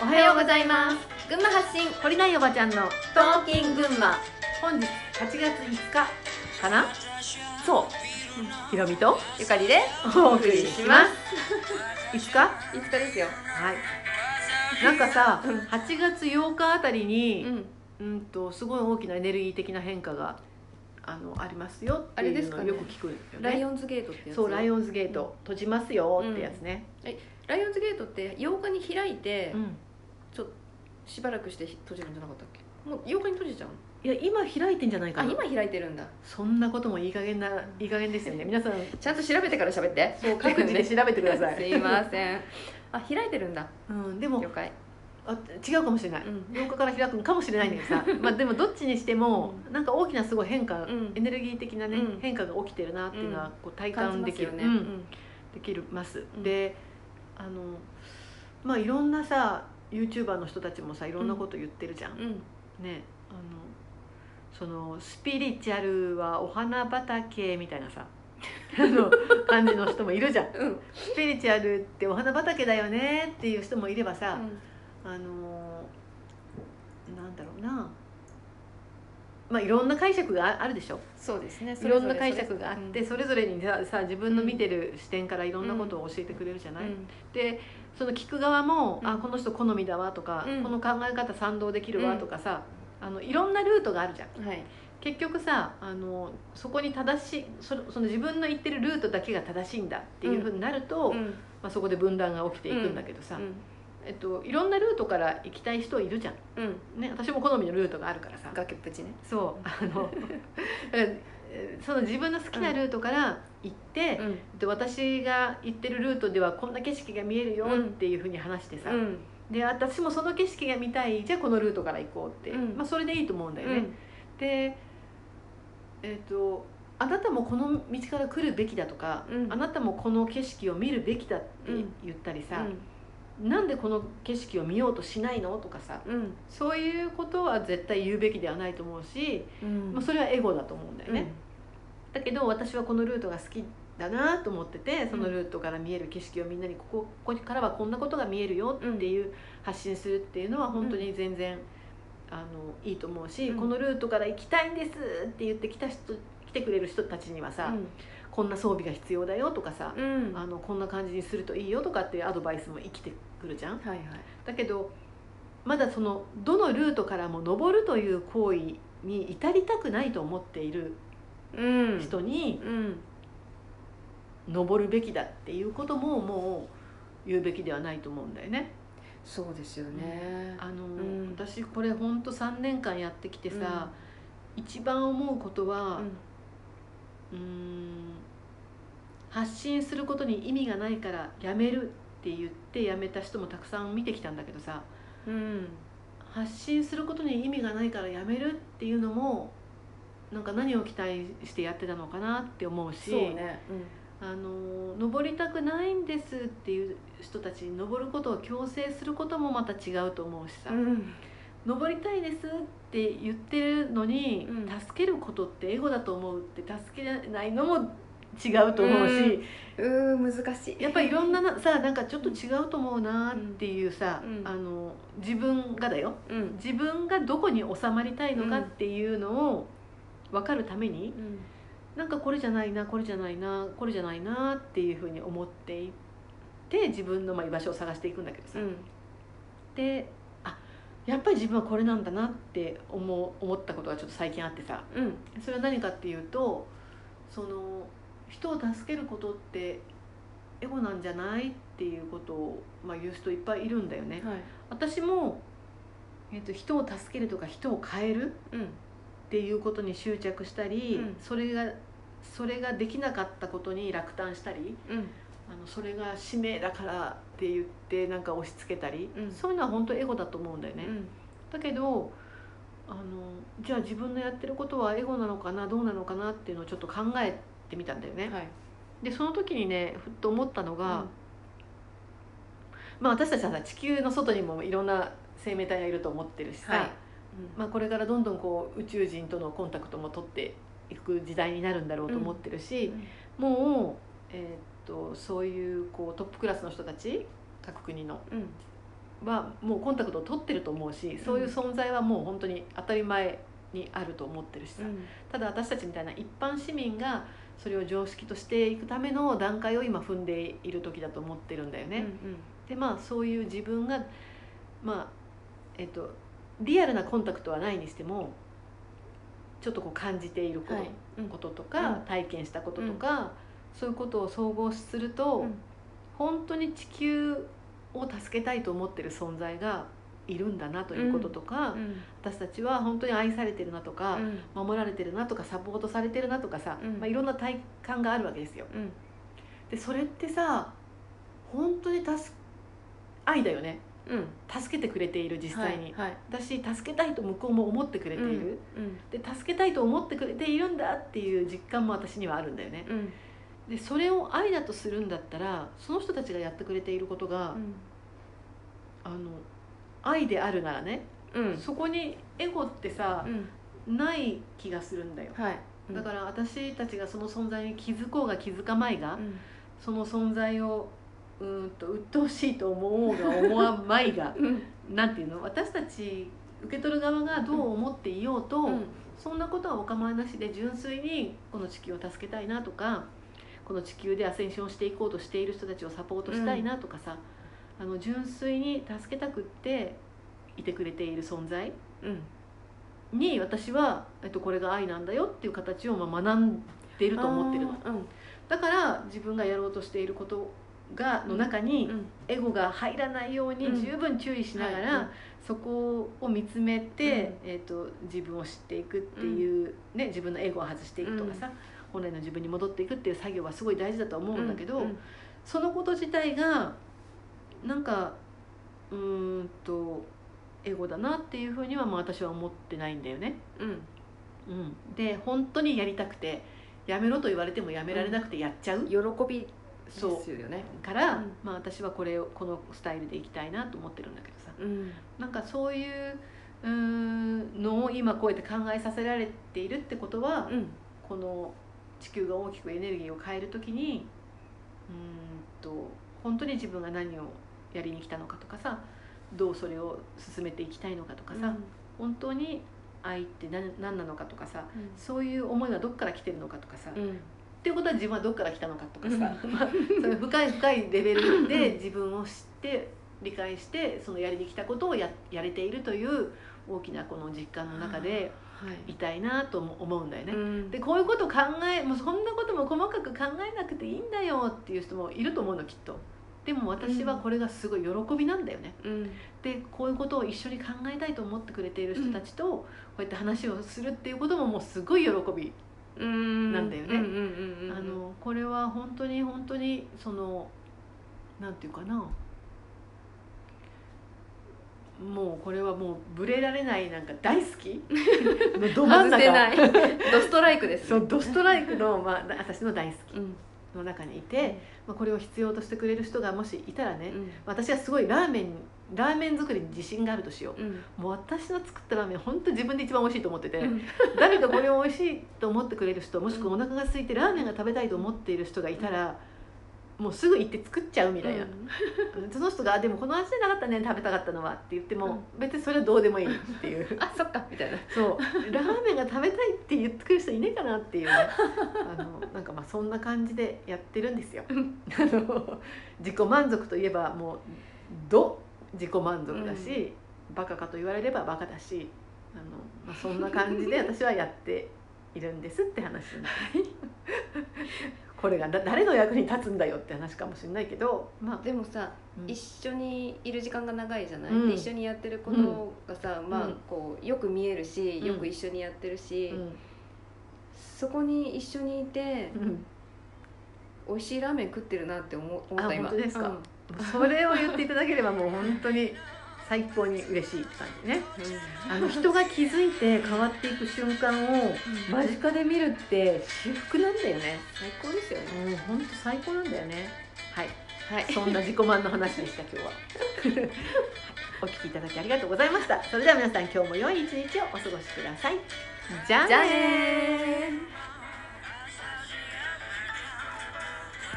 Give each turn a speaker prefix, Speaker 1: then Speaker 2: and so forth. Speaker 1: おはようございます群馬発信堀内おばちゃんのトーキング群馬本日8月5日かな
Speaker 2: そう、ひろみと
Speaker 1: ゆかりで
Speaker 2: お
Speaker 1: お送りします5日は
Speaker 2: す。いつかですよ。
Speaker 1: いなんかさ
Speaker 2: うん
Speaker 1: 8月8日あたり
Speaker 2: う
Speaker 1: に
Speaker 2: ん、
Speaker 1: うんとすごい大きなエネルギー的な変化があのありますよって
Speaker 2: あれで
Speaker 1: い
Speaker 2: す
Speaker 1: うの
Speaker 2: か
Speaker 1: を
Speaker 2: ね
Speaker 1: よく聞くよね
Speaker 2: ライオンズゲートってやつ。
Speaker 1: そうライ
Speaker 2: ン。
Speaker 1: オンズゲート閉じますよってやつね、
Speaker 2: ライオンズゲートって8日に開いて、
Speaker 1: うん
Speaker 2: しばらくして閉じるんじゃなかったっけ？もう8日に閉じちゃうの。
Speaker 1: いや今開いてんじゃないか
Speaker 2: あ、
Speaker 1: な
Speaker 2: 今開いてるんだ。
Speaker 1: そんなこともいい加減な、いい加減ですよね皆さん
Speaker 2: ちゃんと調べてから喋って。
Speaker 1: そう各自で調べてください
Speaker 2: すいません。あ、開いてるんだ。
Speaker 1: うん、でも
Speaker 2: 了解。
Speaker 1: あ違うかもしれない
Speaker 2: うん。
Speaker 1: 8日から開くのかもしれないんだけど さまあでもどっちにしても
Speaker 2: う
Speaker 1: なんか大きなすごい変化、
Speaker 2: うん
Speaker 1: エネルギー的なね、
Speaker 2: うん
Speaker 1: 変化が起きてるなっていうのはこう体
Speaker 2: 感じ
Speaker 1: 感
Speaker 2: ま
Speaker 1: ですきる
Speaker 2: よね。
Speaker 1: う
Speaker 2: うんん。
Speaker 1: できるます、
Speaker 2: うん
Speaker 1: であのまあいろんなさ YouTuber の人たちもさいろんなこと言ってるじゃん、
Speaker 2: うん。
Speaker 1: ねあのそのスピリチュアルはお花畑みたいな さあの感じの人もいるじゃん
Speaker 2: うん。
Speaker 1: スピリチュアルってお花畑だよねっていう人もいればさ、
Speaker 2: うん
Speaker 1: あのーなんだろうなまあいろんな解釈がああるでしょ
Speaker 2: そうですね。
Speaker 1: いろんな解釈があっ
Speaker 2: うん
Speaker 1: てそれぞれにささ自分の見てる視点からいろんなことを教えてくれるじゃ
Speaker 2: う
Speaker 1: ない、
Speaker 2: ん。
Speaker 1: でその聞く側も、
Speaker 2: うん
Speaker 1: あこの人好みだわとか、
Speaker 2: うん
Speaker 1: この考え方賛同できるわとかさ、あのいろんなルートがあるじゃん
Speaker 2: はい。
Speaker 1: 結局さあのそこに正しいそのその自分の言ってるルートだけが正しいんだっていうふうになると、
Speaker 2: うん。
Speaker 1: まあ、そこで分断が起きていくんだけどさ、えっと、いろんなルートから行きたい人いるじゃん
Speaker 2: うん。うん。
Speaker 1: ね、私も好みのルートがあるからさ
Speaker 2: 崖っぷちね。
Speaker 1: そうあの だからえーその自分の好きなルートから行って、
Speaker 2: ん。
Speaker 1: で私が行ってるルートではこんな景色が見えるよ
Speaker 2: うん
Speaker 1: っていうふうに話してさ、
Speaker 2: うん。
Speaker 1: で私もその景色が見たいじゃあこのルートから行こうって、
Speaker 2: うん
Speaker 1: まあ、それでいいと思うんだよね。
Speaker 2: うん
Speaker 1: でえっ、とあなたもこの道から来るべきだとか、
Speaker 2: うん
Speaker 1: あなたもこの景色を見るべきだって言ったりさ、なんでこの景色を見ようとしないのとかさ、
Speaker 2: うん。
Speaker 1: そういうことは絶対言うべきではないと思うし、
Speaker 2: うん
Speaker 1: まあ、それはエゴだと思うんだよね、だけど私はこのルートが好きだなと思っててそのルートから見える景色をみんなにここここからはこんなことが見えるよっていう発信するっていうのは本当に全然、あのいいと思うし、
Speaker 2: うん
Speaker 1: このルートから行きたいんですって言って来た人来てくれる人たちにはさ、こんな装備が必要だよとかさ、
Speaker 2: うんうん
Speaker 1: あのこんな感じにするといいよとかっていうアドバイスも生きてくるじゃん。
Speaker 2: はいはい
Speaker 1: だけどまだそのどのルートからも登るという行為に至りたくないと思っている
Speaker 2: うん
Speaker 1: 人に
Speaker 2: うん
Speaker 1: 登るべきだっていうことももう言うべきではないと思うんだよね。
Speaker 2: そうですよね
Speaker 1: あの、
Speaker 2: ん
Speaker 1: 私これほんと3年間やってきてさ、一番思うことは、うーん発信することに意味がないからやめるって言ってやめた人もたくさん見てきたんだけどさ、
Speaker 2: うんうん
Speaker 1: 発信することに意味がないからやめるっていうのもなんか何を期待してやってたのかなって思うし
Speaker 2: そうね
Speaker 1: あの登りたくないんですっていう人たちに登ることを強制することもまた違うと思うしさ、
Speaker 2: うん
Speaker 1: 登りたいですって言ってるのに、
Speaker 2: うん
Speaker 1: 助けることってエゴだと思うって助けないのも違うと思うし、
Speaker 2: うんうー難しい
Speaker 1: やっぱりいろんななさなんかちょっと違うと思うなっていうさ、
Speaker 2: うん
Speaker 1: あの自分がだよ
Speaker 2: うん
Speaker 1: 自分がどこに収まりたいのかっていうのを分かるために、
Speaker 2: うん
Speaker 1: なんかこれじゃないなこれじゃないなこれじゃないなっていうふうに思っていって自分のまあ居場所を探していくんだけどさ、
Speaker 2: うん
Speaker 1: であやっぱり自分はこれなんだなって思う思ったことがちょっと最近あってさ
Speaker 2: うん
Speaker 1: それは何かっていうとその人を助けることってエゴなんじゃないっていうことを、まあ、言う人いっぱいいるんだよね。
Speaker 2: はい
Speaker 1: 私も、えっと人を助けるとか人を変える
Speaker 2: うん
Speaker 1: っていうことに執着したり、
Speaker 2: うん
Speaker 1: それがそれができなかったことに落胆したり
Speaker 2: うん
Speaker 1: あのそれが使命だからって言ってなんか押し付けたり、
Speaker 2: うん
Speaker 1: そういうのは本当エゴだと思うんだよ
Speaker 2: う
Speaker 1: ね、
Speaker 2: ん
Speaker 1: だけどあのじゃあ自分のやってることはエゴなのかなどうなのかなっていうのをちょっと考えてみたんだよね、
Speaker 2: はい
Speaker 1: でその時にねふっと思ったのが、まあ私たちはさ地球の外にもいろんな生命体がいると思ってるしさ、
Speaker 2: はい
Speaker 1: まあ、これからどんどんこう宇宙人とのコンタクトも取っていく時代になるんだろうと思ってるし、もう、えーっとそういうこうトップクラスの人たち各国の
Speaker 2: うん
Speaker 1: はもうコンタクトを取ってると思うしそういう存在はもう本当に当たり前にあると思ってるしさ、ただ私たちみたいな一般市民がそれを常識としていくための段階を今踏んでいる時だと思ってるんだよね。でまあそういう自分がまあえっとリアルなコンタクトはないにしてもちょっとこう感じていること,、
Speaker 2: はいうん
Speaker 1: こととか、
Speaker 2: うん
Speaker 1: 体験したこととか、そういうことを総合すると、
Speaker 2: うん
Speaker 1: 本当に地球を助けたいと思ってる存在がいるんだなということとか、私たちは本当に愛されてるなとか、守られてるなとかサポートされてるなとかさ、
Speaker 2: うん
Speaker 1: まあ、いろんな体感があるわけですよ。でそれってさ本当に助愛だよね助けてくれている実際に、
Speaker 2: はい
Speaker 1: 私助けたいと向こうも思ってくれている、で助けたいと思ってくれているんだっていう実感も私にはあるんだよねでそれを愛だとするんだったらその人たちがやってくれていることが、あの愛であるならね、そこにエゴってさ、ない気がするんだよだから私たちがその存在に気づこうが気づかまいが、その存在をうーんと鬱陶しいと思おうが思わまいがなんていうの私たち受け取る側がどう思っていようと、そんなことはお構いなしで純粋にこの地球を助けたいなとかこの地球でアセンションしていこうとしている人たちをサポートしたいなとかさ、あの純粋に助けたくっていてくれている存在に私は、えっと、これが愛なんだよっていう形をまあ学んでいると思ってるの。だから自分がやろうとしていることがの中にエゴが入らないように
Speaker 2: うん
Speaker 1: 十分注意しながら、
Speaker 2: はいうん
Speaker 1: そこを見つめて、えー、と自分を知っていくっていう、ね、自分のエゴを外していくとかさ、本来の自分に戻っていくっていう作業はすごい大事だと思うんだけど、そのこと自体がなんかうーんとエゴだなっていうふうにはまあ私は思ってないんだよね。うん、で本当にやりたくてやめろと言われてもやめられなくてやっちゃう、
Speaker 2: 喜び
Speaker 1: そう
Speaker 2: ですよね
Speaker 1: から、
Speaker 2: うん
Speaker 1: まあ、私はこれをこのスタイルでいきたいなと思ってるんだけどさ
Speaker 2: うん
Speaker 1: なんかそういううーんのを今こうやって考えさせられているってことは、
Speaker 2: うん
Speaker 1: この地球が大きくエネルギーを変える時にうーんと本当に自分が何をやりに来たのかとかさどうそれを進めていきたいのかとかさ、本当に愛って何何なのかとかさそういう思いはどっから来てるのかとかさ、
Speaker 2: うんうん
Speaker 1: っていうことは自分はどっから来たのかとかさ、
Speaker 2: うん
Speaker 1: まあ、 そういう深い深いレベル
Speaker 2: うん
Speaker 1: で自分を知って理解してそのやりに来たことをややれているという大きなこの実感の中で
Speaker 2: はい
Speaker 1: いたいなとも思うんだよね。
Speaker 2: うん
Speaker 1: でこういうこと考えもうそんなことも細かく考えなくていいんだよっていう人もいると思うのきっと。でも私はこれがすごい喜びなんだよね。
Speaker 2: うん
Speaker 1: でこういうことを一緒に考えたいと思ってくれている人たちとこうやって話をするっていうことももうすごい喜び
Speaker 2: うん
Speaker 1: なんだよね
Speaker 2: うんうんうんうん
Speaker 1: あのこれは本当に本当にそのなんていうかなもうこれはもうブレられないなんか大好 きのど真ん
Speaker 2: 外せ
Speaker 1: 中
Speaker 2: ないドストライクです
Speaker 1: そうドストライクの、まあ、私の大好
Speaker 2: う
Speaker 1: き
Speaker 2: ん
Speaker 1: の中にいて、まあ、これを必要としてくれる人がもしいたら
Speaker 2: う
Speaker 1: ね、
Speaker 2: ん
Speaker 1: 私はすごいラーメンラーメン作りに自信があるとしよ
Speaker 2: うん
Speaker 1: うもう私の作ったラーメン本当自分で一番美味しいと思ってて、
Speaker 2: うん
Speaker 1: 誰かこれを美味しいと思ってくれる人もしくはお腹が空いてラーメンが食べたいと思っている人がいたら、もうすぐ行って作っちゃうみたいな、その人が「でもこの味じゃなかったね食べたかったのは」って言っても、別にそれはどうでもいいっていう
Speaker 2: あそっかみたいな
Speaker 1: そうラーメンが食べたいって言ってくる人いねえかなっていうねあのなんかまあそんな感じでやってるんですよ。あの自己満足といえばもうど自己満足だし、バカかと言われればバカだしあの、まあ、そんな感じで私はやっているんですって話になるこれがだ誰の役に立つんだよって話かもしれないけどまあ、
Speaker 2: でもさ
Speaker 1: うん
Speaker 2: 一緒にいる時間が長いじゃない、
Speaker 1: うん
Speaker 2: で一緒にやってることがさ、まあ
Speaker 1: うん
Speaker 2: こうよく見えるし、
Speaker 1: うん
Speaker 2: よく一緒にやってるし、
Speaker 1: うん
Speaker 2: そこに一緒にいて、
Speaker 1: うん
Speaker 2: 美味しいラーメン食ってるなって思思った
Speaker 1: あ
Speaker 2: 今
Speaker 1: 本当ですかそれを言っていただければもう本当に最高に嬉しいって感じね
Speaker 2: うん
Speaker 1: あの人が気づいて変わっていく瞬間を
Speaker 2: うん
Speaker 1: 間近で見るって至福なんだよね
Speaker 2: 最高ですよね
Speaker 1: うん本当最高なんだよねはい
Speaker 2: はい
Speaker 1: そんな自己満の話でした今日 はお聞きいただきありがとうございましたそれでは皆さん今日も良い一日をお過ごしくださいじゃあね
Speaker 2: じゃあねー